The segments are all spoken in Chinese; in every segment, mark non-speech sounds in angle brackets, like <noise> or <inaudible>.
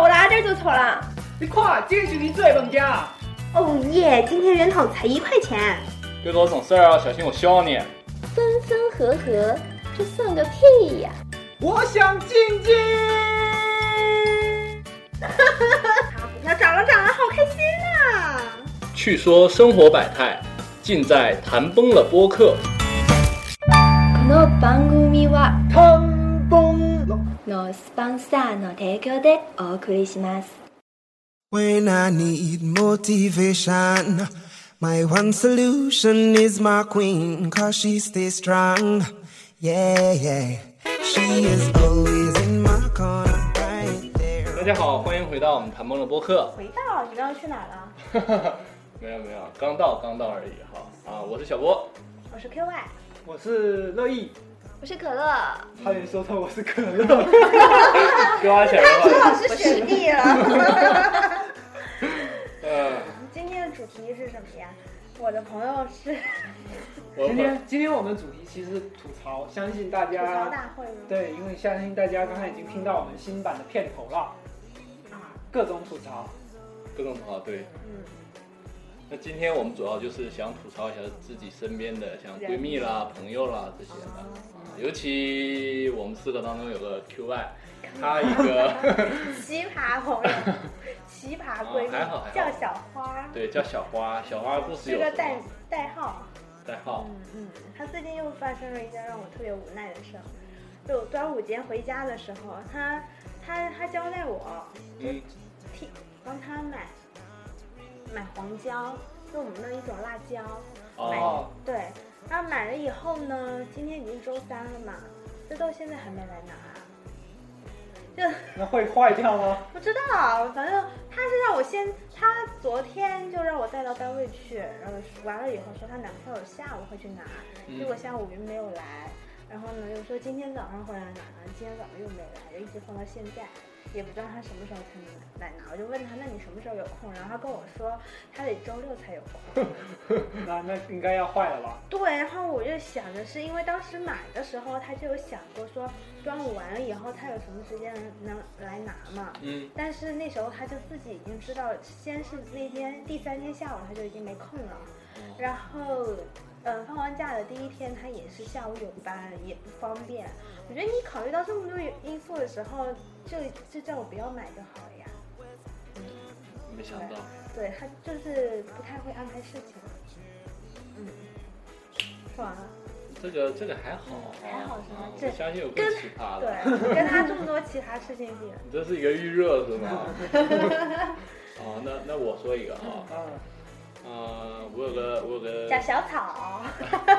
头啦！你快，这个星期再放假。哦耶！今天人头才一块钱。别给我整事儿啊，小心我削你！分分合合，这算个屁呀、我想静静。好，股票涨了涨了，好开心呐、去说生活百态，尽在谈崩了播客。この番組は谈崩了。のスポンサーの提供でお送りします。 When I need motivation, my one solution is my queen, cause she stays strong. Yeah, yeah. She is always in my corner, right 大 there. 家好，欢迎回到我们谈崩了播客。 <laughs> 回到你刚刚去哪儿了？没有没有，刚到刚到而已哈。啊，我是小 <laughs> 波。我是 QY，我是乐意，我是可乐，差点说成我是可乐。跟我抢人了。是学弟了。嗯， <laughs> 今天的主题是什么呀？我的朋友是我今天今天我们主题其实是吐槽，相信大吐槽家大会吗？对，因为相信大家刚才已经听到我们新版的片头了，啊，各种吐槽。各种吐槽对。嗯，那今天我们主要就是想吐槽一下自己身边的，像闺蜜啦、朋友啦这些的。啊，尤其我们四个当中有个 QY，他一个 <laughs> 奇葩朋友，奇葩闺蜜，啊还好还好叫小花，对叫小花，小花故事是有个什代么代号。代号？嗯嗯，她最近又发生了一件让我特别无奈的事儿，就端午节回家的时候，她她她交代我嗯，替帮她买买黄椒，就我们那儿一种辣椒，哦，对，然后买了以后呢，今天已经周三了嘛，这到现在还没来拿。就那会坏掉吗？不知道，反正她是让我先，她昨天就让我带到单位去，然后完了以后说她男朋友下午会去拿，嗯结果下午没有来，然后呢又说今天早上回来拿，今天早上又没来，就一直放到现在，也不知道他什么时候才能来拿。我就问他，那你什么时候有空？然后他跟我说他得周六才有空。那那应该要坏了吧？对，然后我就想着是因为当时买的时候他就有想过说端午完了以后他有什么时间能来拿嘛。嗯，但是那时候他就自己已经知道，先是那天第三天下午他就已经没空了，然后，嗯，放完假的第一天他也是下午有班，也不方便。我觉得你考虑到这么多因素的时候，就就叫我不要买就好了呀。没想到，对他就是不太会安排事情。嗯，说完了。这个这个还好，还好是吗啊这我相信有更奇葩的。对，跟他这么多其他事情比，你这是一个预热 <laughs> 是吗？哦，那那我说一个啊，嗯，呃，我有个我有个叫小草，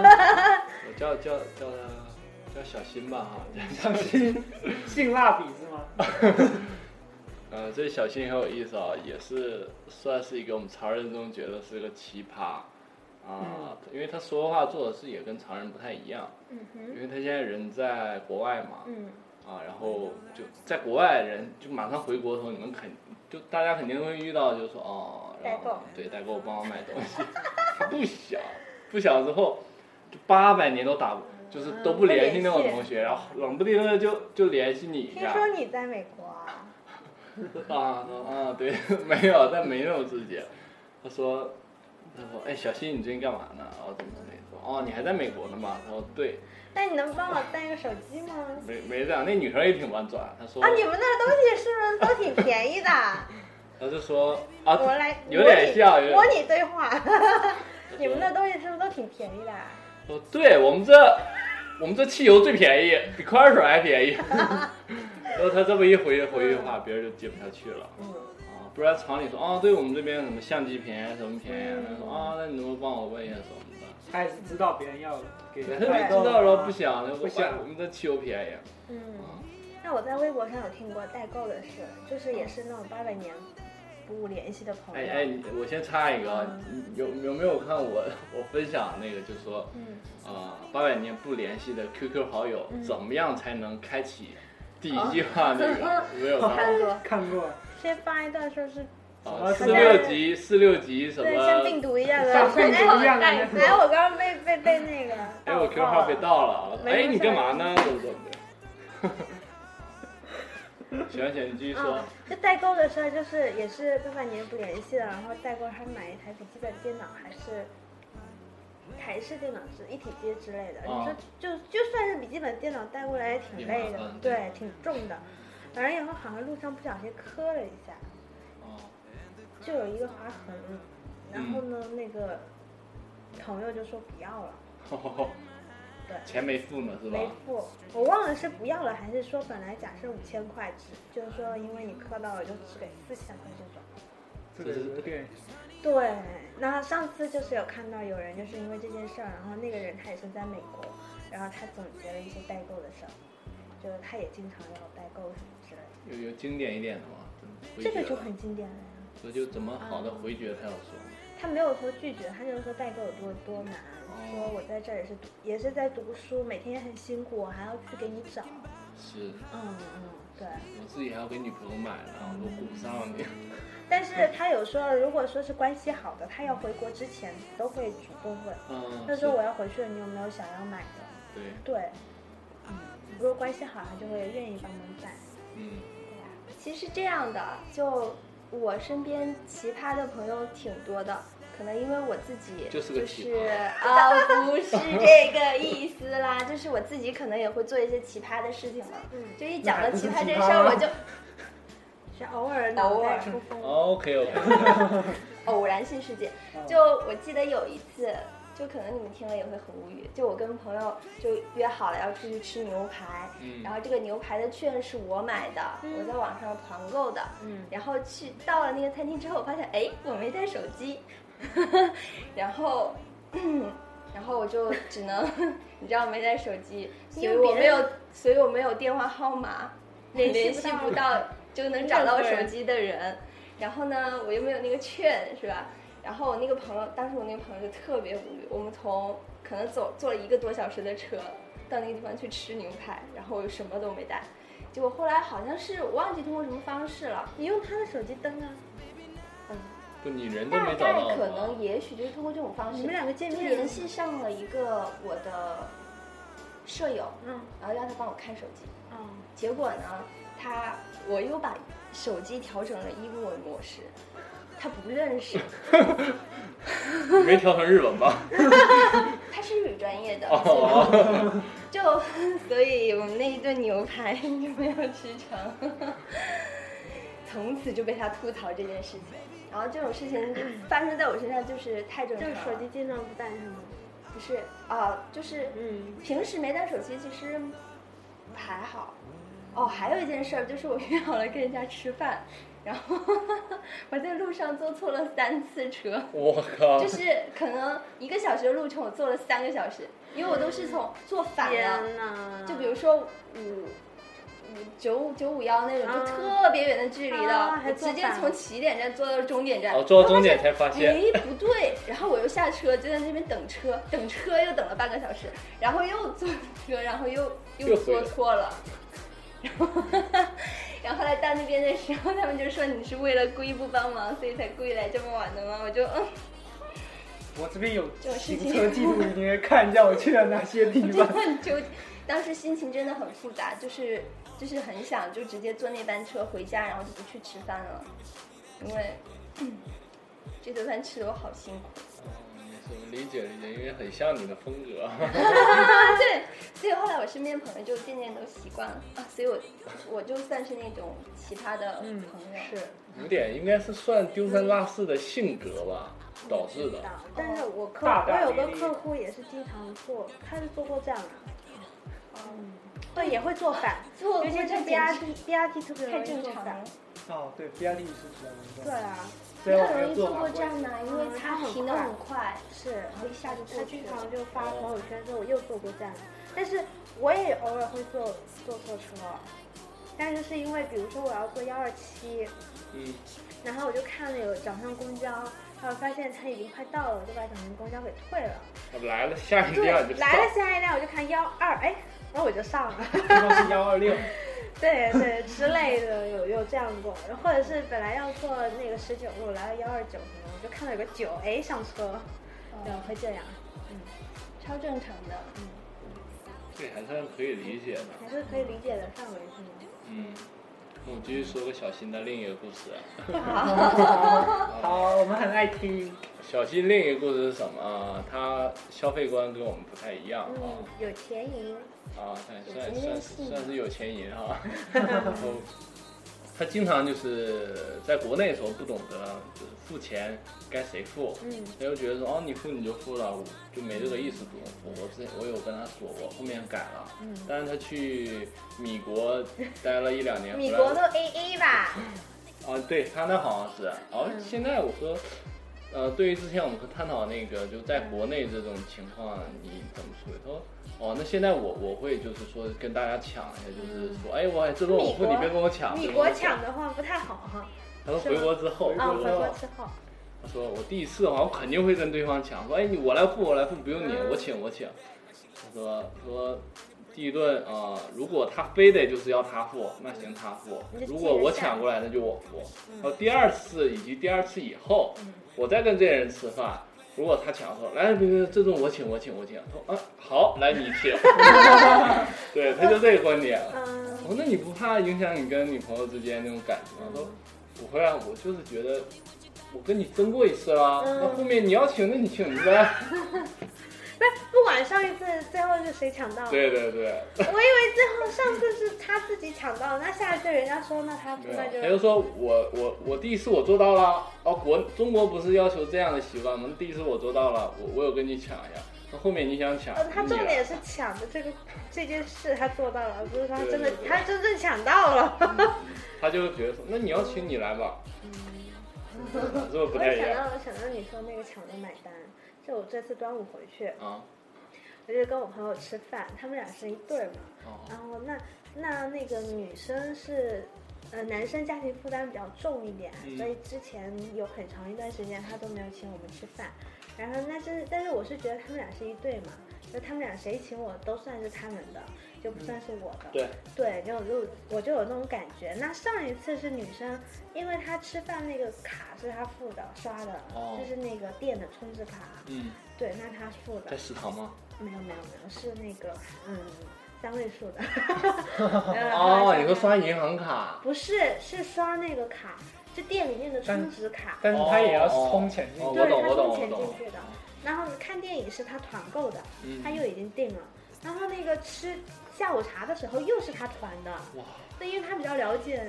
我叫叫叫他叫小新吧哈，小心性蜡笔是吗？ <laughs> 呃，这小新很有意思啊，也是算是一个我们常人中觉得是个奇葩啊，因为他说话做的事也跟常人不太一样，嗯哼，因为他现在人在国外嘛，嗯，啊，然后就在国外人就马上回国的时候，你们肯就大家肯定会遇到，就是说哦，然后代购对代购帮我买东西， <laughs> 他不想不想之后就八百年都打不就是都嗯不不联联系那种系同学，然后冷不丁的就就联系你一听下说你在美国啊，啊啊对， <laughs> 没有，但没那么直接。他说他说哎小新你最近干嘛呢？然后怎么怎么地说哦你还在美国呢嘛？他说对，但你能帮我带个手机吗？没没这样，那女生也挺婉转，他说啊，你们那儿东西是不是都挺便 <laughs> 宜的？他就说啊我来有点像，有点模拟对话。 <laughs> 说你们那东西是不是都挺便宜的？哦，对我们这，我们这汽油最便宜，比矿泉水还便宜。 <laughs> 然后他这么一回回的话，别人就接不下去了。啊，不然厂里说啊，对我们这边什么相机便宜，什么便宜，他说啊，那你能不能帮我问一下什么的？他也是知道别人要给他 <laughs> 人就代知购道了，不想，他不说想哎我们这汽油便宜。嗯啊，那我在微博上有听过代购的事，就是也是那种八百年不联系的朋哎友。哎，你我先插一个啊，你有有没有看我我分享那个，就说嗯，啊，八百年不联系的 QQ 好友，嗯哦怎么样才能开启第一句话那个？没有我看过。看过，看过，先发一段说是啊，什四么六级，四六级什对，像病么？毒一样的。像病毒一样的哎那种哎，我刚刚被被被那个。哎，我 QQ 号被。盗了。没哎，事你干嘛呢？怎么怎么的？ <laughs> 行行，你继续说嗯。，就代购的事儿，就是也是大半年不联系了，然后代购他买一台笔记本电脑，还是台式电脑是一体机之类的。你啊说就就算是笔记本电脑带过来也挺累也麻的烦，对，挺重的。反正以后好像路上不小心磕了一下，嗯哦就有一个划痕。嗯然后呢，那个朋友就说不要了，呵呵呵对哦钱没付呢是吧？没付。我忘了是不要了，还是说本来假设五千块，只就是说因为你磕到了，就只给四千块这种。这个有点对，那上次就是有看到有人就是因为这件事儿，然后那个人他也是在美国，然后他总结了一些代购的事儿，就是他也经常要代购什么之类的，有有经典一点的吗？回这绝个了就很经典了呀。所以就怎么好的回绝他要说，他没有说拒绝，他就是说代购有多多难，说我在这儿也是读也是在读书，每天也很辛苦，我还要去给你找。是嗯嗯，对。我自己还要给女朋友买了，嗯然后我顾不上你。但是他有说，如果说是关系好的，他要回国之前都会主动问，嗯，他是说我要回去了，你有没有想要买的？对，对，嗯，如果关系好，他就会愿意帮忙带。嗯，对啊其实这样的，就我身边奇葩的朋友挺多的，可能因为我自己就是个奇葩啊、不是这个意思啦， <laughs> 就是我自己可能也会做一些奇葩的事情了。嗯就一讲到奇葩这那还不是奇葩事儿，吗我就是偶尔偶脑袋尔出风。 OK OK，偶然性事件。嗯就我记得有一次，就可能你们听了也会很无语。就我跟朋友就约好了要出去吃牛排，嗯然后这个牛排的券是我买的，我在网上团购的。嗯然后去到了那个餐厅之后，我发现哎，我没带手机， <laughs> 然后。嗯然后我就只能， <laughs> 你知道没带手机，你所以用我别没的有，所以我没有电话 <laughs> 号码，联联系系不不到就能找到我手机的人。 <laughs> 然后呢，我又没有那个券，是吧？然后我那个朋友，当时我那个朋友就特别无语。我们从可能走坐了一个多小时的车到那个地方去吃牛排，然后我又什么都没带。结果后来好像是我忘记通过什么方式了，你用他的手机登啊，不，你人都大没找概到可吗能也许就是通过这种方式，你们两个见就面联系上了一个我的舍友，嗯然后让他帮我看手机。嗯，结果呢，他我又把手机调整了英文模式，他不认 <laughs> 识，你没调成日文吧？ <laughs> 他是日语专业的，所以我哦，就所以我们那一顿牛排就没有吃成，从此就被他吐槽这件事情。然后这种事情发生在我身上就是太正就常是了，手机经常不带是吗？不是啊，就是嗯，平时没带手机其实还好。哦，还有一件事儿，就是我约好了跟人家吃饭，然后 <laughs> 我在路上坐错了三次车，我哦靠就，是可能一个小时的路程，我坐了三个小时，因为我都是从坐反了，天哪！就比如说五五九五九五幺那种，就啊特别远的距离的啊，还我坐直接反从起点站坐到终点站，哦，坐到终点才发现，哎，不对，然后我又下车，就在那边等 <laughs> 车，等车又等了半个小时，然后又坐车，然后又又又回坐来错了，然后然后后来到那边的时候，他们就说你是为了故意不帮忙，所以才故意来这么晚的吗？我就嗯，我这边有这种事行情车记录，你们看一下我去了哪些地就方。很纠结，当时心情真的很复杂，就是就是很想就直接坐那班车回家，然后就不去吃饭了，因为、嗯这顿饭吃的我好辛苦。嗯理解理解，因为很像你的风格。 <laughs> 啊对，所以后来我身边朋友就渐渐都习惯了啊，所以我我就算是那种奇葩的朋嗯友，，是。有点应该是算丢三落四的性格吧导致的。但是我客大大我有咧个咧客户也是经常做，他是做过这样的，嗯，对，也会做反，哦做尤其是这 BRT BRT 特别容太易正做常了反。， <laughs> 哦，对，比亚迪是比较容易对撞。啊，虽你然我很没容有易做做过过这样的，因为嗯他他很停的快很快，是，然后一下就他他经经常常就发朋友圈说，我又坐过站了。但是我也偶尔会坐坐错车，但是是因为比如说我要坐幺二七，嗯，然后我就看了有掌上公交，然后发现它已经快到了，我就把掌上公交给退了。来了，下一对辆就，上来了下一辆我就看幺二，哎，然后我就上了。对方是幺二 <laughs> 六，对对之类的，有有这样过，或者是本来要坐那个十九路，来了幺二九什么，我就看到有个九，哎，上车，对，会这样，嗯超正常的。这还算可以理解的。还是可以理解的范围是吗？嗯，我继续说个小新的另一个故事。好，我们很爱听。小新另一个故事是什么啊？他消费观跟我们不太一样啊。嗯，有钱赢，啊，算算有钱算任是性算是有钱人 <laughs> 哈、然后他经常就是在国内的时候不懂得就是付钱该谁付，嗯，他就觉得说哦你付你就付了，我就没这个意思不用付。我之前我有跟他说过，后面改了。嗯，但是他去米国待了一两年，米回来国都 A A 吧？啊，对他那好像是。然后嗯现在我和，呃，对于之前我们和探讨那个，就嗯在国内这种情况，你怎么处理？他说，哦，那现在我我会就是说跟大家抢一下，就是说，哎，我这顿我付，嗯米国你别跟我抢。米别跟我国抢。的话不太好哈。他说回国之后，啊，国回国之后，他说我第一次的话，我肯定会跟对方抢，说，哎，你我来付，我来付，不用你，嗯我请，我请。他说说。第一顿啊、呃如果他非得就是要他付，那行他付你就；如果我记着下嗯抢过来，那就我付。然后第二次以及第二次以后，我再跟这些人吃饭，如果他抢说来，别别，这顿我请，我请，我请。他说啊，好，来你请。 <laughs> <laughs> 对，他就这个观点。嗯，哦我说那你不怕影响你跟女朋友之间那种感情吗？他说不会啊，我就是觉得我跟你争过一次啦，嗯那后面你要请，那你请呗。那不管上一次最后是谁抢到，我以对 <laughs> 对对，为最后上次是他自己抢到，那下一次人家说那他啊没有那，他就就说我我我第一次我做到了，哦，国中国不是要求这样的习惯吗？第一次我做到了，我我有跟你抢一下，那后面你想抢，呃，他你重来点是抢的这个这件事他做到了，不是他真的对对对他真正抢到了。他就觉得说，那你要请你来吧， <laughs> 是不是不嗯我太也一想样到我想到你说那个抢着买单，就我这次端午回去，啊？我就跟我朋友吃饭，他们俩是一对儿嘛，哦，然后那那那个女生是，呃，男生家庭负担比较重一点，嗯所以之前有很长一段时间他都没有请我们吃饭。然后但是但是我是觉得他们俩是一对嘛，就他们俩谁请我都算是他们的，就不算是我的。对，对，就就我就有那种感觉。那上一次是女生，因为她吃饭那个卡是她付的刷的，哦就是那个店的充值卡，嗯，对，那她付的在。食堂吗？没有没有没有，是那个嗯三位数 <laughs> 的。哦，呃你说刷？银行卡？不是，是刷那个卡，是店里面的充值卡，但是他也要充钱进哦去我对，懂他我懂充钱我懂进去的。然后看电影是他团购的，嗯他又已经订了。然后那个吃下午茶的时候又是他团的，哇！哦对，因为他比较了解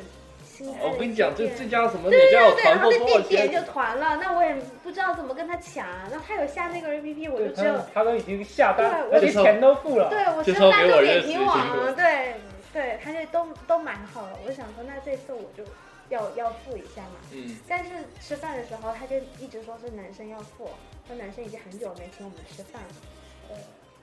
新开的我跟你讲，这店这家什么对哪家对有对，团然购后那多少地点就钱？团了，那我也不知道怎么跟他抢。那他有下那个 APP，我就只有他他都已经下单，对啊而我且钱都付了。对我介吃绍饭给我都认点识评一网下啊，对对，他这都都买好了。我想说，那这次我就要要付一下嘛。嗯，但是吃饭的时候，他就一直说是男生要付，说男生已经很久没请我们吃饭了。呃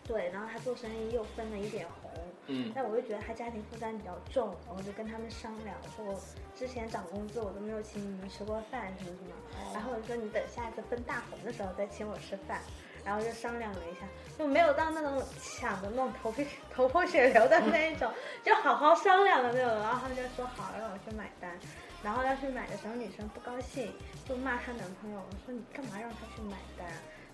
对，然后他做生意又分了一点红，嗯，但我就觉得他家庭负担比较重，我就跟他们商量，我说我之前涨工资我都没有请你们吃过饭什么什么，然后我就说你等下一次分大红的时候再请我吃饭，然后就商量了一下，就没有到那种抢的那种头皮 <laughs> 头破血流的那一种，就好好商量的那种，然后他们就说好让我去买单，然后要去买的时候女生不高兴，就骂她男朋友，我说你干嘛让她去买单？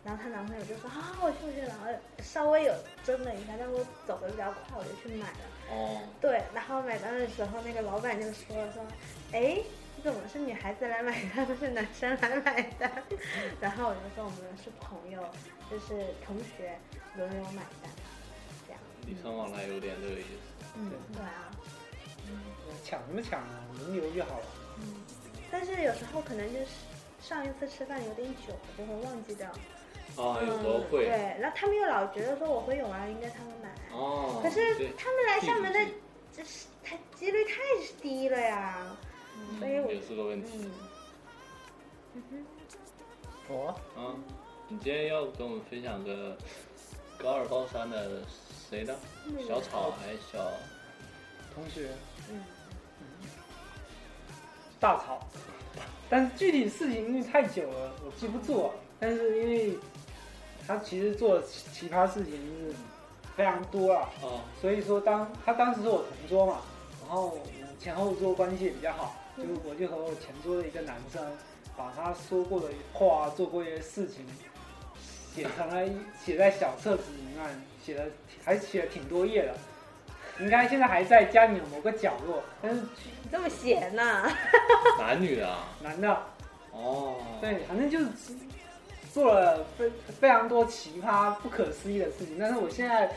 然后她男朋友就说啊，我去我去，然后稍微有争了一下，但是我走的比较快，我就去买了。哦，对，然后买单的时候，那个老板就说说，哎，怎么是女孩子来买单，不是男生来买单？ <laughs> 然后我就说我们是朋友，就是同学轮流买单，这样。礼尚往来有点这个意思。嗯，对啊。抢什么抢啊？轮流就好了。但是有时候可能就是上一次吃饭有点久，就会忘记掉。啊，有时候嗯会。对，然后他们又老觉得说我会有啊，应该他们买。哦。可是对他们来厦门的地，就是他几率太低了呀。嗯所以我也是个问题嗯，我啊。你今天要跟我们分享个高二高三的谁的？小草还是小？同学嗯，大吵， <laughs> 但是具体事情因为太久了，我记不住啊。但是因为他其实做的奇葩事情是非常多啊，哦，所以说当他当时是我同桌嘛，然后我前后桌关系也比较好，就我就和我前桌的一个男生，把他说过的话、做过一些事情，写成了一写在小册子里面，写的还写了挺多页的。应该现在还在家里的某个角落，但是你这么闲呐、 <laughs> 男女的啊？男的哦，对，反正就是做了非非常多奇葩、不可思议的事情。但是我现在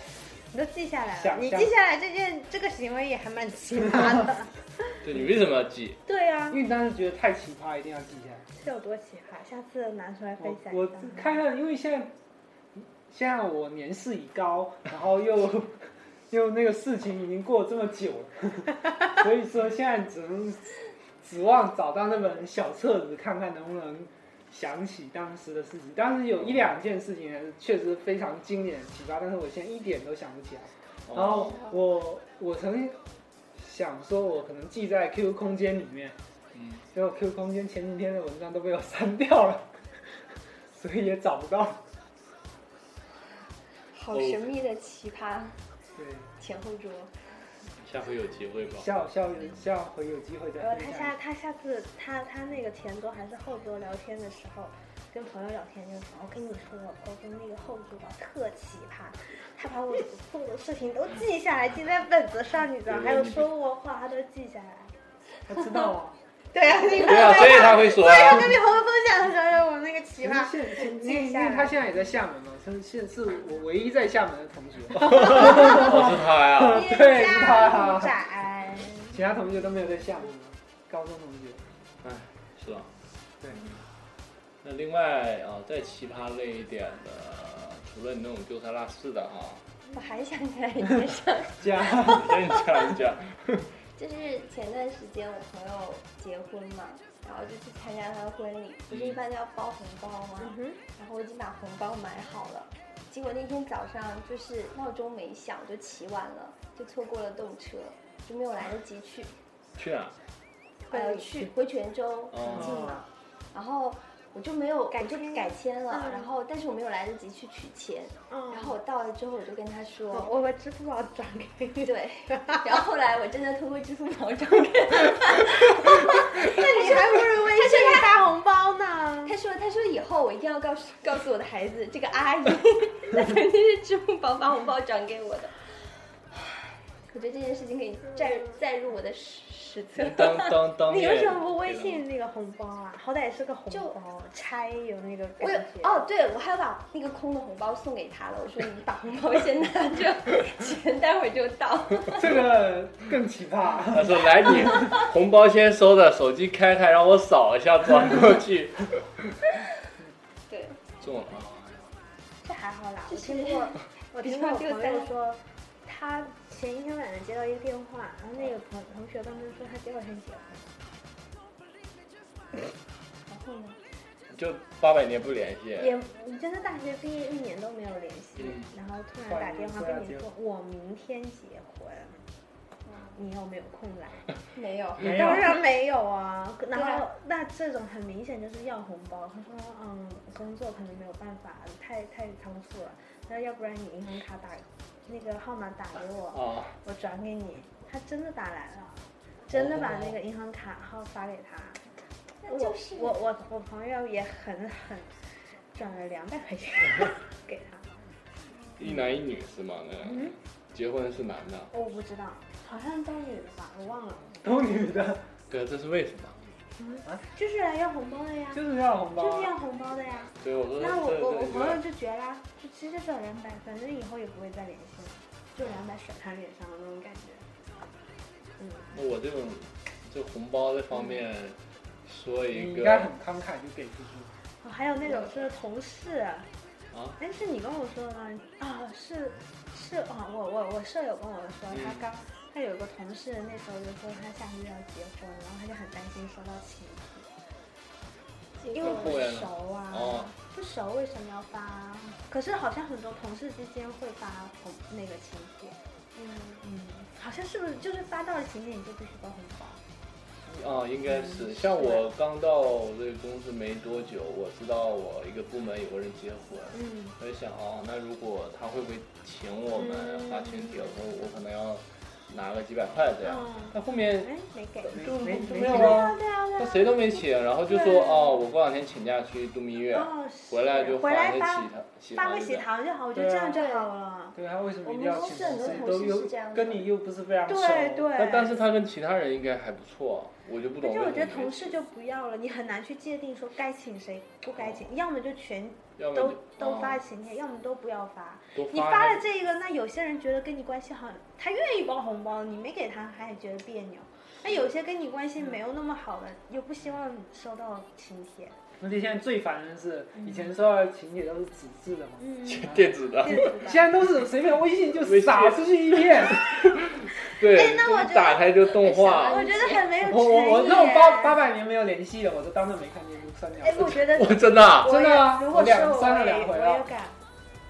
你都记下来了，想你象记下来这件这个行为也还蛮奇葩 <laughs> 的。对你为什么要记？对啊因，为当时觉得太奇葩，一定要记下来。是有多奇葩？下次拿出来分我享一我下。看看，因为现在现在我年事已高，然后又 <laughs> 又那个事情已经过了这么久了，所以说现在只能指望找到那本小册子，看看能不能想起当时的事情。当时有一两件事情确实非常经典启发，但是我现在一点都想不起来。哦然后我我曾经想说，我可能记在 QQ 空间里面，嗯，结果 QQ 空间前几天的文章都被我删掉了， <laughs> 所以也找不到。好神秘的奇葩对，前后桌，下回有机会吧。下下下回有机会再呃，分他享下。他下次他他那个前桌还是后桌聊天的时候，跟朋友聊天就说，我跟你说，我跟那个后桌啊特奇葩，他把我做的事情都记下来，记在本子上，你知道，对还有你说我话他都记下来。他知道 <laughs> 吗？对呀、啊，你对啊，所以他会说啊他跟你朋友分享的时候，我那个奇葩。现现因为记因下来为他现在也在厦门嘛，是是是我唯一在厦门的同学， <laughs> 哦，是他呀。对是他展，其他同学都没有在厦门，高中同学。哎，是啊。对，那另外啊，再奇葩类一点的， <laughs> 除了你那种丢三落四的哈， <laughs> 我还想起 <laughs> 来一件事儿，这样你先讲一讲。就是前段时间我朋友结婚嘛，然后就去参加他的婚礼，不是一般都要包红包吗？嗯然后我已经把红包买好了，结果那天早上就是闹钟没响，我就起晚了，就错过了动车，就没有来得及去，去哪？呃，去回泉州哦很近啊嘛，然后我就没有，改我就签改签了，嗯然后但是我没有来得及去取钱，嗯然后我到了之后我就跟他说，我把支付宝转给你。 <laughs> 对， <laughs> 然后后来我真的通过支付宝转给他， <laughs> 那你还不如微信发红包呢。他说他说以后我一定要告诉 <laughs> 告诉我的孩子，这个 <laughs> 阿姨她曾经是支付宝把红包转给我的。我觉得这件事情可以载载入我的史史册你。当当当你面为什么不微信那个红包啊？好歹也是个红包，拆有那个 <laughs> 我感有觉。哦，对，我还把那个空的红包送给他了。我说你把红包先拿着，钱待会儿就 <laughs> 到。哦这个更奇葩。 <laughs> 他说：“来你，红包先收着，手机开开，让我扫一下，转过去。 <laughs> 对，”中了啊，这还好啦，这我是听过，我听过我朋友说，他前一天晚上接到一个电话，然后那个同同学跟他说他第二天结婚，然后呢？就八百年不联系。也你真的大学毕业一年都没有联系嗯，然后突然打电话跟你说我明天结婚，你有没有空来？没有，没有当，然没有啊， <laughs> 然对后啊那这种很明显就是要红包。他说，嗯，工作可能没有办法，太太仓促了。那要不然你银行卡打那个号码打给我，哦啊，我转给你。他真的打来了，真的把那哦个银行卡号发给他。那我就是我我我朋友也很很转了两百 <laughs> 块钱给他，一男一女是吗？那两个嗯结婚是男的，我不知道，好像都女的吧，我忘了，都女的，对，这是为什么？就是来要红包的呀，就是要红包就是啊。要红包的呀。所以我说那我我我这朋友这就绝啦，就直接转两百，反正以后也不会再联系了，就两百甩他脸上的那种感觉。嗯，这我这种这红包这方面说你一应该个很慷慨就给出去，哦，还有那种是同事，啊，哎，是你跟我说的吗？啊，是是啊，我我我舍友跟我说，他嗯刚他有一个同事，那时候就说他下个月要结婚，然后他就很担心收到请帖，因为不熟啊，哦不熟为什么要发？可是好像很多同事之间会发红那个请帖。嗯，嗯，好像是不是就是发到了请柬你就必须包红包？啊，应该是像我刚到这个公司没多久，我知道我一个部门有个人结婚，嗯，啊我就想哦，那如果他会不会请我们嗯发请帖？我说我可能要拿个几百块这嗯样。但后面哎，没给。就没就没没有没啊，对啊，对他啊。谁都没请，然后就对说哦，我过两天请假去度蜜月，哦，是啊回来就回还来个发喜糖，喜发个糖就喜这样。糖就好，我觉得对这啊样就好了。对他啊为什么我一们定要公请司很多谁同都事又是这样的跟你又不是非常熟，对对。啊但但是他跟其他人应该还不错，我就不懂但为是什么我没请。觉得同事就不要了，你很难去界定说该请谁不该请，要么就全哦要么都就都哦发请帖，要么都不要发。都你发发了这个，那有些人觉得跟你关系好，他愿意包红包，你没给他，他也觉得别扭。那有些跟你关系没有那么好的，又不希望收到请帖。而且现在最烦的是，以前收到的请帖都是纸质的嘛， <laughs> 嗯， <laughs> 电子的，现在都是随便微信就微信撒出去一片。对，哎那我就觉得是打开就动画。我觉得很没有诚意。我我我这种八八百年没有联系的，我就当做没看见，就删掉哎，我了。觉得我真的啊、我也真的啊如果我是两我，删我了也两回我也了敢。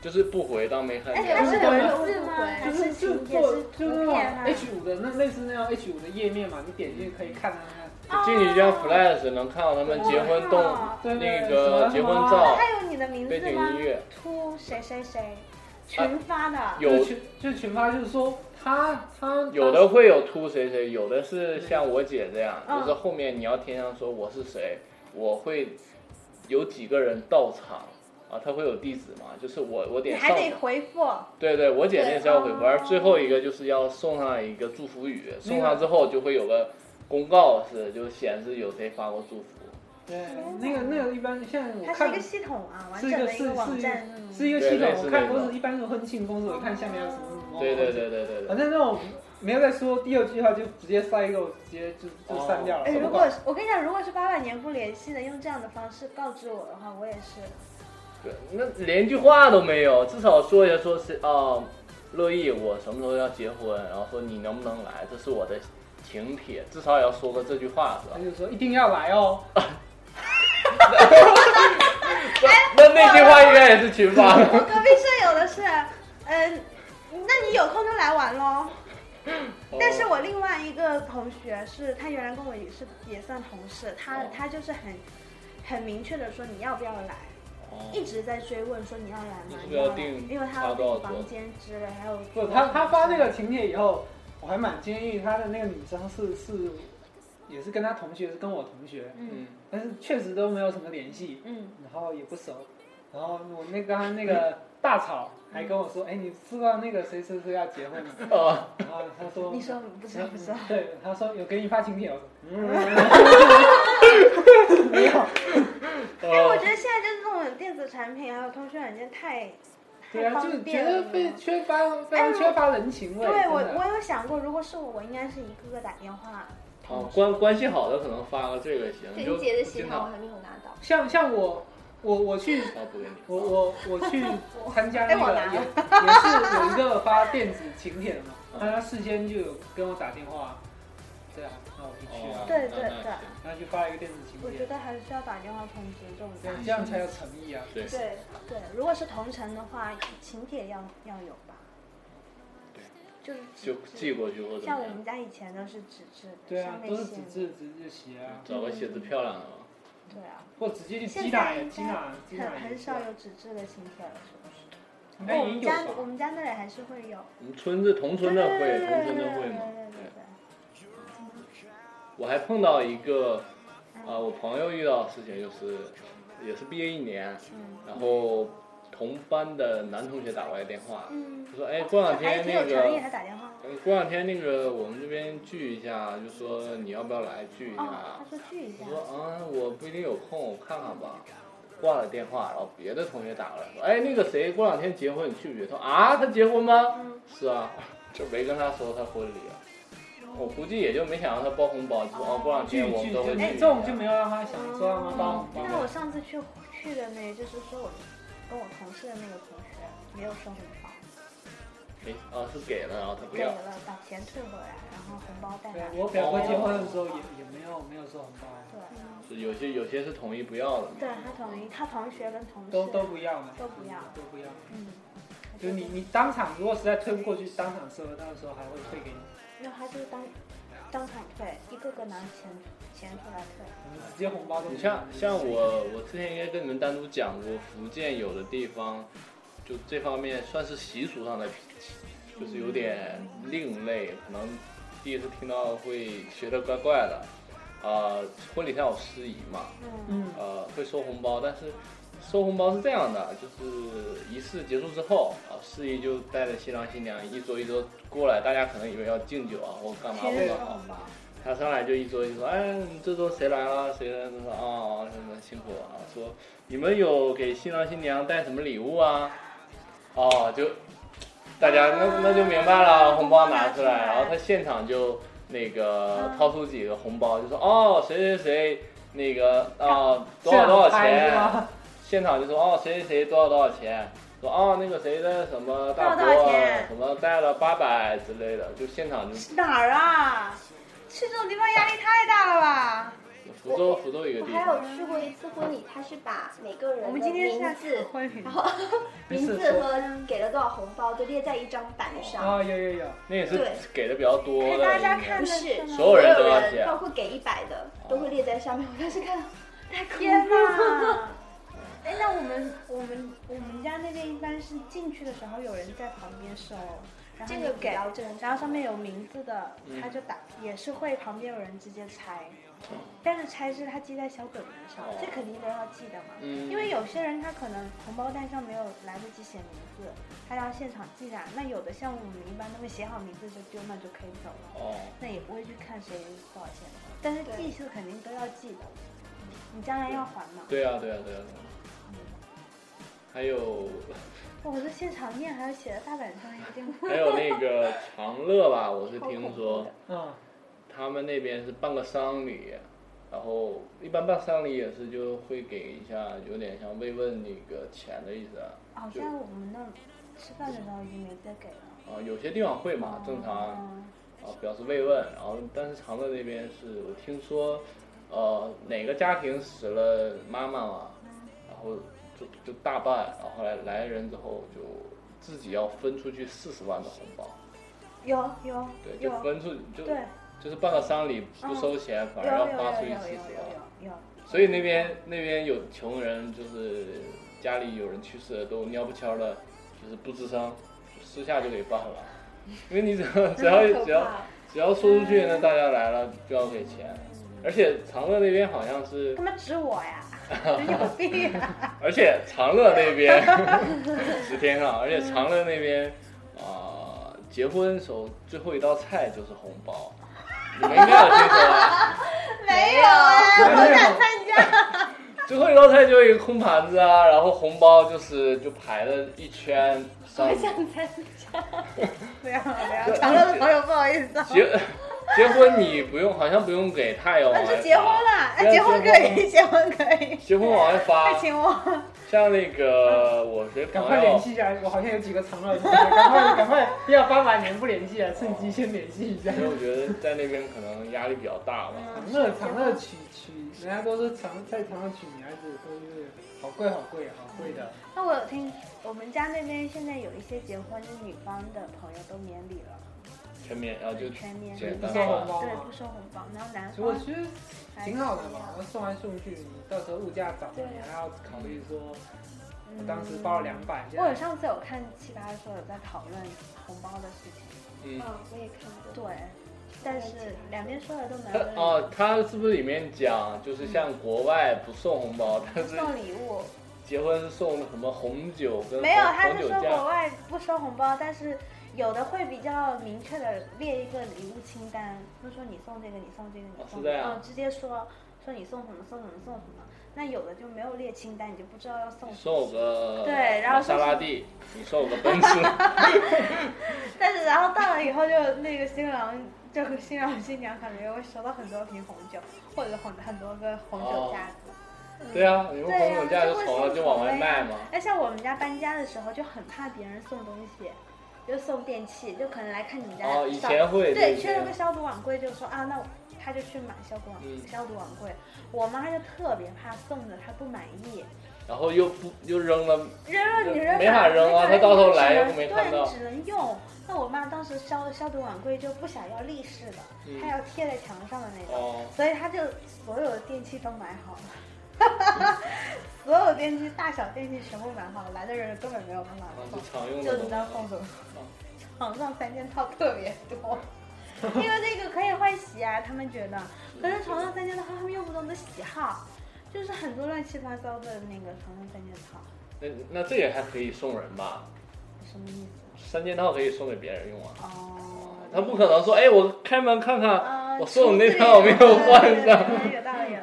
就是不回当没看哎，见。它是不是文字吗？还就是就请帖做是就那图种片啊？ H 五的那类似那样 H 五的页面嘛，你点进去可以看看看。进去一哦张 Flash 能看到他们结婚动哇对对对什那个么结婚照它哦有你的名背字景吗音？乐，突谁谁谁，啊群发的。有就群就群发，就是说他他有的会有突谁谁，有的是像我姐这样，嗯就是后面你要填上说我是谁，我会有几个人到场啊，他会有地址嘛，就是我我你点还上，得回复，对对，我姐那是要回复，对而最后一个就是要送上一个祝福语，送上之后就会有个公告是就显示有谁发过祝福，对那个那个一般现在我它是看一个系统啊，完是整一个的一是个网是站。嗯是一个系对统类，似我那看都种是一般是婚庆公司，我看下面有什么什么。对对对对对对反。正那种没有再说第二句话就直接塞一个，我直接就就删掉了。哎，什么如管果是我跟你讲，如果是八百年不联系的，用这样的方式告知我的话，我也是。对，那连句话都没有，至少说一下说是啊，乐意我什么时候要结婚，然后说你能不能来，这是我的请帖，至少也要说个这句话是吧他？就说一定要来哦，哎那那句话应该也是群发 <laughs> 我的。隔壁舍友的是，嗯，那你有空就来玩喽。哦但是我另外一个同学是，他原来跟我也是也算同事，他哦他就是很很明确的说你要不要来，哦一直在追问说你要来吗？你是你不是要要来订吗因为他花要多少订桌房间之类，还有不，他他发这个请帖以后，我还蛮建议他的那个女生是是，也是跟他同学，是跟我同学，嗯嗯，但是确实都没有什么联系，嗯然后也不熟，然后我那刚刚那个大草还跟我说，哎，你知道那个谁谁谁要结婚吗？哦，然后他说，嗯你说不知道不知嗯道，对，他说有给你发请帖， <laughs> 我说，嗯，没有，因为我哦觉得现在就是这种电子产品还有通讯软件太对太啊，就方是觉便了得。被缺乏非常缺乏人情味，哎对我真的我有想过，如果是我，我应该是一个个打电话。哦，关关系好的可能发个这个行，这就一节的不喜经糖我常还没有拿到，像像我我我去发不给你。我我我去参加哎那我个拿也也是有一个发电子请帖的嘛，但他事先就有跟我打电话，对啊，那我就去哦啊，对对那对那行然后就发了一个电子我请觉帖，得还是要打电话通知这种对大，这样才有诚意啊。对对对，如果是同城的话，请帖要要有吧。对，就是就寄过去或者怎像么我们家样，以前都是纸质的，对啊上，都面是写纸质纸质鞋啊，找个嗯写字漂亮的嘛。对啊，或直接去现鸡在奶应鸡奶鸡该奶很也很是少啊，有纸质的请帖了，是不是？应哦该我也们有家我吧？们家那里还是会有，我们村子同村的会，对对对同村对的会嘛。对对对对。对我还碰到一个，啊、我朋友遇到的事情就是，也是毕业一年，嗯然后同班的男同学打过来电话，嗯就说哎，过两还天挺有那诚意，个还，打电话。嗯过两天那个我们这边聚一下，就说你要不要来聚哎一下？哦，他说聚一下我。说啊，我不一定有空，我看看吧。挂了电话，然后别的同学打过来说，哎，那个谁过两天结婚，你去不去？他说啊，他结婚吗？嗯是啊，就没跟他说他婚礼啊。我估计也就没想让他包红包，就说哦，过两聚天我聚聚们都会，哎，去。这种就没有让他想说让他帮哦我帮那忙我上次去去的那，就是说我跟我同事的那个同学没有收红包，没啊，是给了，然后他不给要。了把钱退回来，然后红包带对来。我表哥结婚的时候也也没有没有收红包啊，对是有些有些是同意不要的嘛。对，他同意，他同学跟同事都都不要嘛，都不要都不要。嗯，就你你当场如果实在推不过去，当场收，到时候还会退给你，那他就当当场退，一个个拿钱钱出来退。你直接红包都没有。你像像我，我之前应该跟你们单独讲过，福建有的地方就这方面算是习俗上的就是有点另类，可能第一次听到会觉得怪怪的。啊、婚礼上有司仪嘛，嗯呃，会收红包，但是收红包是这样的，就是仪式结束之后啊，司仪就带着新郎新娘一桌一桌过来，大家可能以为要敬酒啊或干嘛其或实者是啊红包，他上来就一桌一桌，哎，你这桌谁来了？谁来了？他说啊，什么辛苦啊，说你们有给新郎新娘带什么礼物啊？哦，就大家那那就明白了，红包拿出来，然后他现场就那个掏出几个红包，就说哦，谁谁谁那个啊多少多这少钱样，拍是吧啊现场就说哦谁谁谁多少多少钱，说哦那个谁的什么大多少多伯少钱什么带了八百之类的，就现场就哪儿啊？去这种地方压力太大了吧？福州福州一个我地还方有。去过一次婚礼，他是把每个人的我们今天是哦在名吃字，婚礼然后 <laughs> 没名事字和给了多少红包都列在一张板上，哦啊，有有有，那也是对给的比较多的，给大家看不的是是吗所有人都要人写啊哦包括给一百的都会列在上面。我当时看到，太恐天怖了。哪！ <laughs> 哎，那我们我们我们家那边一般是进去的时候有人在旁边收，然后这你个比给较正然常，后上面有名字的，嗯他就打，也是会旁边有人直接拆，但是拆是他记在小本本上哦，这肯定都要记的嘛。嗯因为有些人他可能红包袋上没有来得及写名字，他要现场记下。来。那有的像我们一般都会写好名字就丢，那就可以走了，哦，那也不会去看谁多少钱。但是对记是肯定都要记的，你将来要还嘛。对啊，对啊，对啊，对啊。还有 <laughs> 哇哦我在现场念还要写在大板上，有点 <laughs> 还有那个长乐吧，我是听说嗯，他们那边是办个丧礼，然后一般办丧礼也是就会给一下，有点像慰问那个钱的意思啊。好就哦像我们那儿吃饭的时候已经没再给了。啊，有些地方会嘛，正常嗯啊表示慰问，然后但是长乐那边是我听说，呃哪个家庭死了妈妈嘛，然后就就大办，然后后来来人之后就自己要分出去四十万的红包，有有对，就有，分出就对，就是办个丧礼不收钱，有反有而要有发出有去有四十万，有有。所以那边那边有穷人就是家里有人去世了都蔫不蔫的，就是不吱声，私下就给办了，因为你只要 <laughs> 只要只要只要说出去，那大家来了就要给钱。而且长乐那边好像是他，妈指我呀！ <laughs> 你有病啊！而且长乐那 <laughs> 边是天上，而且长乐那边啊、结婚时候最后一道菜就是红包，你们应该有听说吧？没有哎，没有我想参加。最后一道菜就一个空盘子啊，然后红包就是就排了一圈上我想参加，不要了，不要了，长乐的朋友不好意思啊。结结婚你不用，好像不用给太阳那王啊就结婚了，哎，对结啊婚可以， <laughs> 结婚可以，结婚往快外发，请我。像那个我谁赶朋快联友。系一下，我好像有几个长乐的同学，赶快 <laughs> 赶快，不要发完年不联系啊，趁机先联系一下因。为我觉得在那边可能压力比较大吧。长乐长乐娶娶，人家都是长在长乐娶女孩子都是好贵好贵好贵的， <laughs> 那我有听，我们家那边现在有一些结婚女方的朋友都免礼了，全面，然后就全免简礼，单不收红化。包对，嘛不。收红包。然后男所以我方嗯觉得挺好的啊嘛，我送来送去，你到时候物价涨了，对你还要考虑说，我嗯当时包了两百，现我有在上次有看奇葩说有在讨论红包的事情，嗯嗯，，我也看过。对，但是两边说的都蛮他有道 <laughs> 理哦，他是不是里面讲就是像国外不送红包，但是送礼物结婚是送什么红酒跟没有，红他红是酒说国酱？外不收红包，但是有的会比较明确的列一个礼物清单，就说你送这个，你送这个，你哦送是这这个，样嗯，直接说说你送什么送什么送什么。那有的就没有列清单，你就不知道要送什么。送我个对然后玛莎拉蒂，你送我个 <laughs> 奔驰，但是然后到了以后就，那个新郎就新郎新娘可能就会收到很多瓶红酒，或者很很多个红酒哦架子。对啊，你们对红呀、酒酱会就从了送就往外红的卖呀嘛。那像我们家搬家的时候，就很怕别人送东西，就送电器，就可能来看你们家哦，以扫前会对，这缺了些个消毒碗柜，就说啊，那我他就去买消毒碗、嗯消毒碗柜。我妈就特别怕送的她不满意，然后又不又扔了，扔了你就扔没法了扔啊你她到时候来只又能没对看到你只能用。那我妈当时消消毒碗柜就不想要立式的，嗯她要贴在墙上的那种，哦，所以她就所有的电器都买好了。所有电器，大小电器全部买好了，来的人根本没有办法那是送，常用就的知东道西。送什么哦。床上三件套特别多，因为这个可以换洗啊，他们觉得。可是床上三件套他们又不懂得喜好，就是很多乱七八糟的那个床上三件套，那那这个还可以送人吧？什么意思？三件套可以送给别人用啊。哦，他不可能说，哎，我开门看啊看，我送你那套没有换上。有道理，有道理。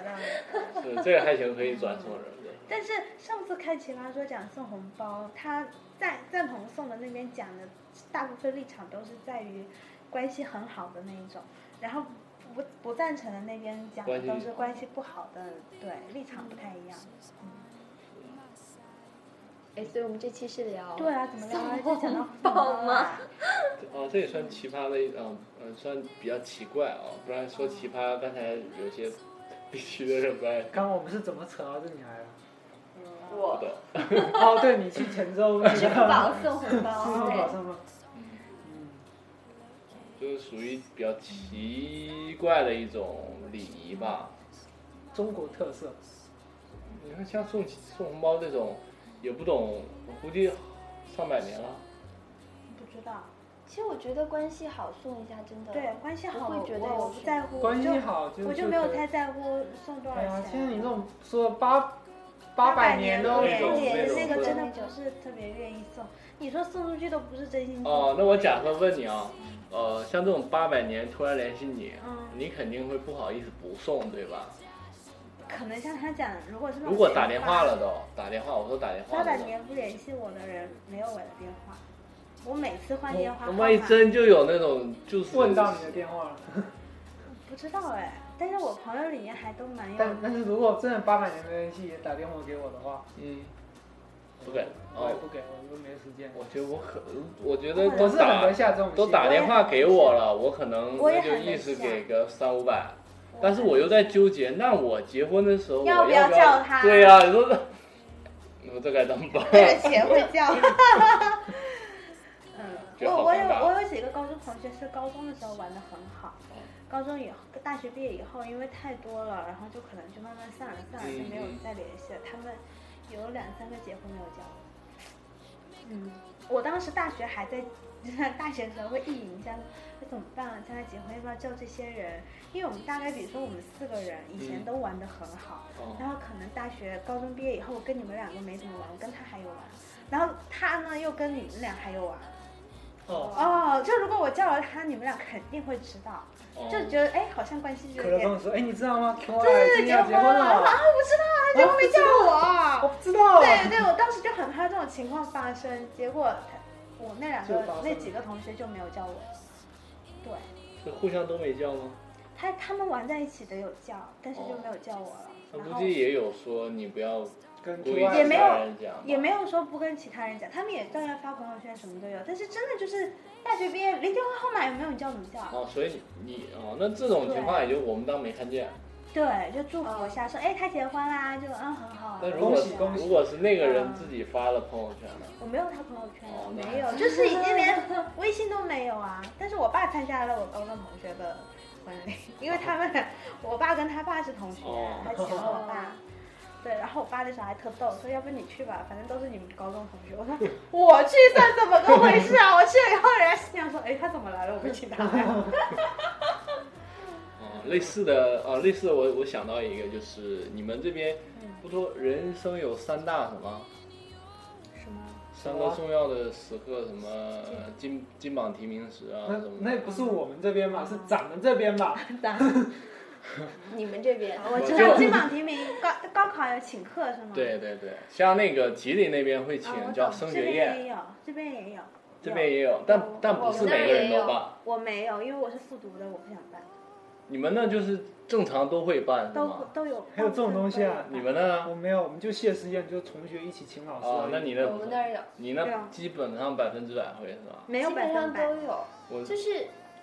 <laughs> 是这个还行，可以转送人。对但是上次看《奇葩说》讲送红包，他赞赞同送的那边讲的大部分立场都是在于关系很好的那一种，然后不不赞成的那边讲的关系都是关系不好的，对立场不太一样。哎，所以我们这期是聊对啊，怎么聊啊？就讲到红包吗啊？哦，这也算奇葩的一，嗯嗯，算比较奇怪啊、不然说奇葩，刚才有些地区的人不爱刚刚我们是怎么扯到这里来的？好 <laughs> 我的。哦，对你去泉州那个支付宝送红包，支付对宝上吗？嗯，就是属于比较奇怪的一种礼仪吧。中国特色，你看，像送送红包这种，也不懂，我估计上百年了。不知道。其实我觉得关系好送一下真的，对，啊关系好，我会觉得我我有不在乎，关系我就好就我就就没有可以太在乎送多少哎呀，现在你钱这。种说八八百百年的都那连种接，那那种个真的对不是特别愿意送。你说送出去都不是真心送。哦，那我假设问你啊，呃，像这种八百年突然联系你，嗯你肯定会不好意思不送，对吧？可能像他讲，如果是那种如果打电话了都，打电话，我说打电话八了百都，年不联系我的人没有我的电话，我每次换电话那号码万一真就有那种就是问到你的电话了。不知道哎，但是我朋友里面还都蛮有但但是如果真的八百年的联系也打电话给我的话，嗯，不给我也哦，不给，我又没时间。我觉得我可，我觉得我都是很打能下这种戏都打电话给我了，我可能我也那就很意思能下给个三五百，但是我又在纠结，那我结婚的时候我要要不不要叫他对呀、你说这，我这该怎么办？为了钱 <laughs> 会叫。 <laughs> 嗯，觉得我好我尴有尬我有几个高中同学是高中的时候玩的很好，高中以后大学毕业以后，因为太多了，然后就可能就慢慢散了散了，就没有嗯嗯再联系了。他们有两三个结婚没有交往。嗯，我当时大学还在。大学的时候会意淫，想那怎么办啊？将来结婚要不要叫这些人？因为我们大概比如说我们四个人以前嗯都玩的很好，哦然后可能大学、高中毕业以后，我跟你们两个没怎么玩，我跟他还有玩，然后他呢又跟你们俩还有玩。哦，哦，就如果我叫了他，你们俩肯定会知道，哦就觉得哎，好像关系就可有乐跟点我。说，哎，你知道吗？我对对今对，天结要婚结婚了！我说啊了，，我不知道啊，结果没叫我我。不知道对啊。对，我当时就很怕这种情况发生，结果他我那两就个发生了那几个同学就没有叫我。对，就互相都没叫吗？他他们玩在一起的有叫，但是哦就没有叫我了。他然估后计也有说你不要跟故意 Q 二也没有跟人讲吧，也没有说不跟其他人讲，他们也照样发朋友圈，什么都有。但是真的就是大学毕业，连电话号码也没有，你叫怎么叫？哦，所以你哦，那这种情况也就我们当没看啊见。对，就祝福一下，说哎他结婚啦，就嗯很好啊。那如果恭喜恭喜如果是那个嗯人自己发了朋友圈呢？我没有他朋友圈，哦我那没有， <laughs> 就是已经连微信都没有啊。但是我爸参加了我高中同学的婚 <laughs> 礼，因为他们我爸跟他爸是同学，哦他请了我爸。对，然后我爸那时候还特逗，说要不你去吧，反正都是你们高中同学。 <laughs> 我说我去算怎么个回事啊？我去了以后，人家新娘说，哎，他怎么来了？我们请他来。 <laughs> 哦，类似的哦，类似的我我想到一个，就是你们这边嗯不说人生有三大什么？什么？三个重要的时刻，什么金金榜题名时啊，那什么那不是我们这边吧，是咱们这边吧？你们这边，我知就道金榜题名，高高考有请客是吗？对对对，像那个吉林那边会啊，我请懂叫升这学边也宴，有，这边也有。这边也有，但有但不是每个人都办。我没有，因为我是复读的，我不想办，你们那就是正常都会办是都吗？都有。还有这种东西啊你们那我没有，我们就谢师宴，就是同学一起请老师而哦已。，那你那我们那儿有，你对那啊嗯基本上百分之百会是吧？没有基百本分上百都。有，我就是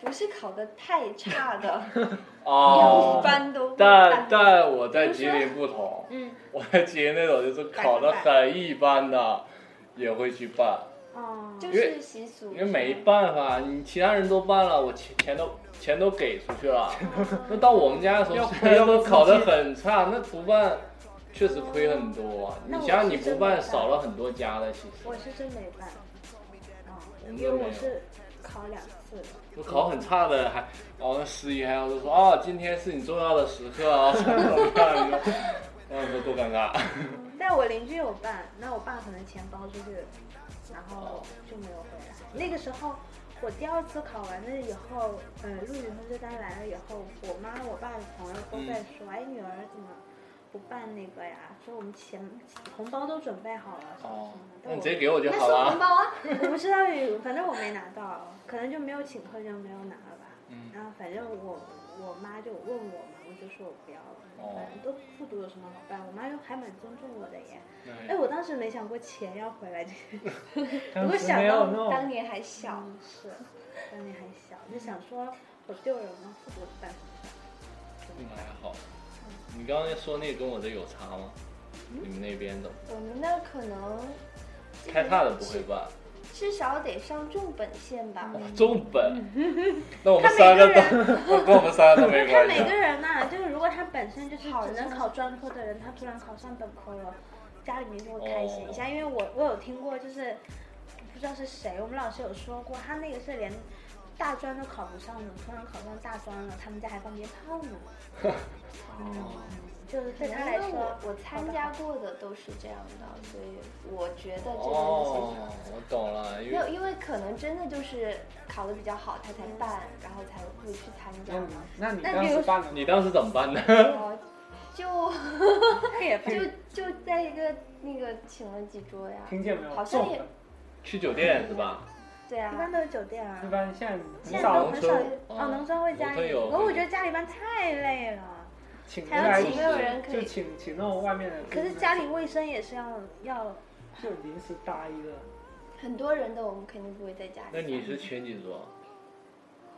不是考的太差的， <laughs> 哦一，般哦都会但办但我在吉林不同，嗯， <laughs> 我在吉林那种就是考的很一般的也会去办，哦，就因为是习俗，因为没办法，你其他人都办了，我钱钱都钱都给出去了。那到我们家的时要候，回虽然到都自己考得很差，那不办确实亏很多啊。你那我想想，是你不真没办办少了很多家的，其我实。是真没办。哦我们因为都没我有是考了两次了。我考很差的还，哦，那司仪还要说啊、哦，今天是你重要的时刻啊，怎么怎么样，你说，哇，你说嗯多尴尬。但我邻居有办，那我爸可能钱包出去，然后就没有回来。那个时候我第二次考完了以后，呃，录取通知单来了以后，我妈、我爸的朋友都在说，哎，女儿怎么不办那个呀？说我们钱红包都准备好了，什么什哦么的。，但那你我直接给我就那好收了红啊。包啊，我不知道有，反正我没拿到，可能就没有请客就没有拿了吧。嗯然后反正我我妈就问我嘛，我就说我不要了，反正都复读有什么好办？我妈就还蛮尊重我的耶。嗯哎，我当时没想过钱要回来这件事，如当果时想没有到哦弄当年还小，嗯是，当年还小，就想说我丢人了，复读办什么？你还好。你刚刚说那跟我这有差吗？你们那边的我们那可能开叉的不会办，至少得上重本线吧。哦，重本。那我们三个都， <laughs> 跟我们三个都没看关每个系。人呐、就是如果他本身就是好只能像考专科的人，他突然考上本科了，家里面就会开心一下。哦因为我我有听过，就是不知道是谁，我们老师有说过，他那个是连大专都考不上的，突然考上大专了，他们家还放鞭炮 <laughs> 呢。嗯哦就是对他来因为说我，我参加过的都是这样的，所以我觉得这个哦东西，我懂了，因没有，为因为可能真的就是考得比较好，他才办，然后才会去参加那你嘛。那你那当比时如办了你当时怎么办的？嗯然后 <laughs> 就他也就就在一个那个请了几桌呀，听见没有？好像重也本 <laughs> 去酒店是吧？对一啊般，都是酒店啊一，般现在现在很少都农很村少哦哦，农村会家农村里，有嗯可我觉得家里办太累了。请人还要来请吃没有人可就以请请那种外面的。可是家里卫生也是要要，就临时搭一个，很多人的我们肯定不会在家里。那你是前几桌？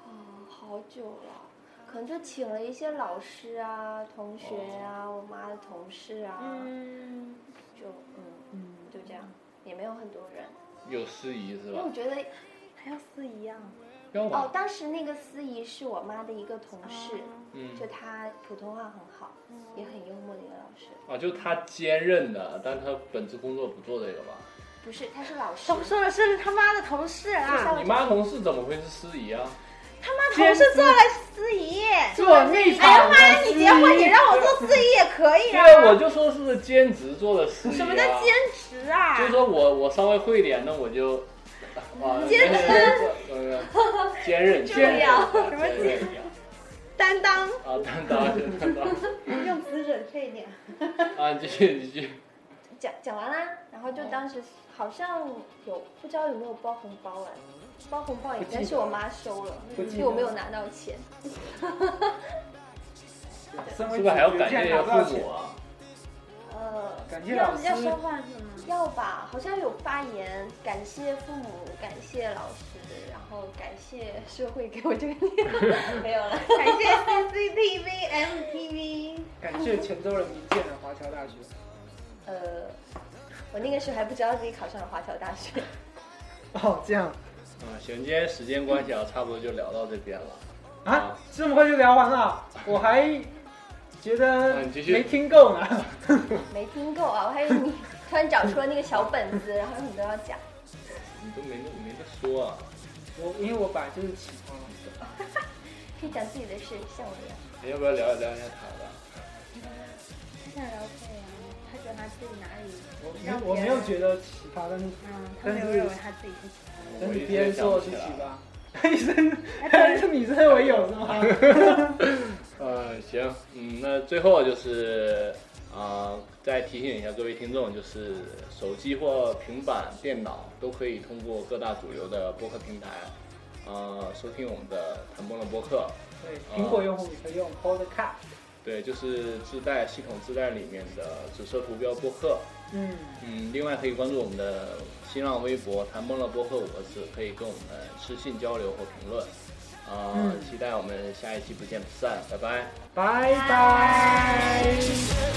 哦，好久了，可能就请了一些老师啊、同学啊、哦我妈的同事啊，嗯就嗯，嗯，就这样，也没有很多人，有司仪是因为吧我？觉得还要司仪啊。要嗯哦吗？，当时那个司仪是我妈的一个同事，嗯，就她普通话很好，也很幽默的一个老师，啊，就他兼任的，但他本职工作不做这个吧？不是，她是老师都，说的是他妈的同事啊，你妈同事怎么会是司仪啊？他妈同事做了司仪，做蜜哎呀糖的妈呀，你结婚你让我做司仪也可以啊？对，我就说是兼职做的司仪、啊。什么叫兼职啊就？是说我我稍微会一点，那我 <laughs> 就，啊， <laughs> 兼任，<laughs> 兼任，兼任，什什么兼担当，啊，担当，担当，用词准确一点。啊，继续，继续，讲讲完啦，然后就当时好像有不知道有没有包红包哎，包红包应该是我妈收了，不记得就我没有拿到钱。身为是不是还要主角感竟然拿不谢到父钱母啊？呃，感谢要老要师说，话是吗？要吧，好像有发言，感谢父母，感谢老师，然后感谢社会给我这个念 <laughs> 没有了。感 <laughs> 谢 CCTV、MTV。感谢泉州人民建的华侨大学。呃，我那个时候还不知道自己考上了华侨大学。 <laughs> 哦，这样啊，行，今天时间关系啊，差不多就聊到这边了。啊，这么快就聊完了，我还觉得啊你继续没听够呢。没听够啊，我还以为你突然找出了那个小本子，然后你都要讲。你都没那没得说啊？ <laughs> 我因为我本来就是起床了，可以讲自己的事，像我一样。哎要不要聊聊一下他的？他想聊这个，他觉得他自己哪里，我没让有我别没有人觉得奇葩，但是嗯，他但没有是认为他自己是奇葩但我是一别时人想说我不是起奇来了。葩，但是但 <laughs> 是你认为有是吗？呃，行，嗯，那最后就是，啊，再提醒一下各位听众，就是手机或平板电脑都可以通过各大主流的播客平台，呃，收听我们的谈崩了播客。对，苹果用户你可以用 Podcast，对，就是自带系统自带里面的紫色图标播客。嗯，嗯，另外可以关注我们的新浪微博“谈崩了播客”五个字，可以跟我们私信交流或评论。啊、嗯期待我们下一期不见不散，拜拜。拜拜。 She said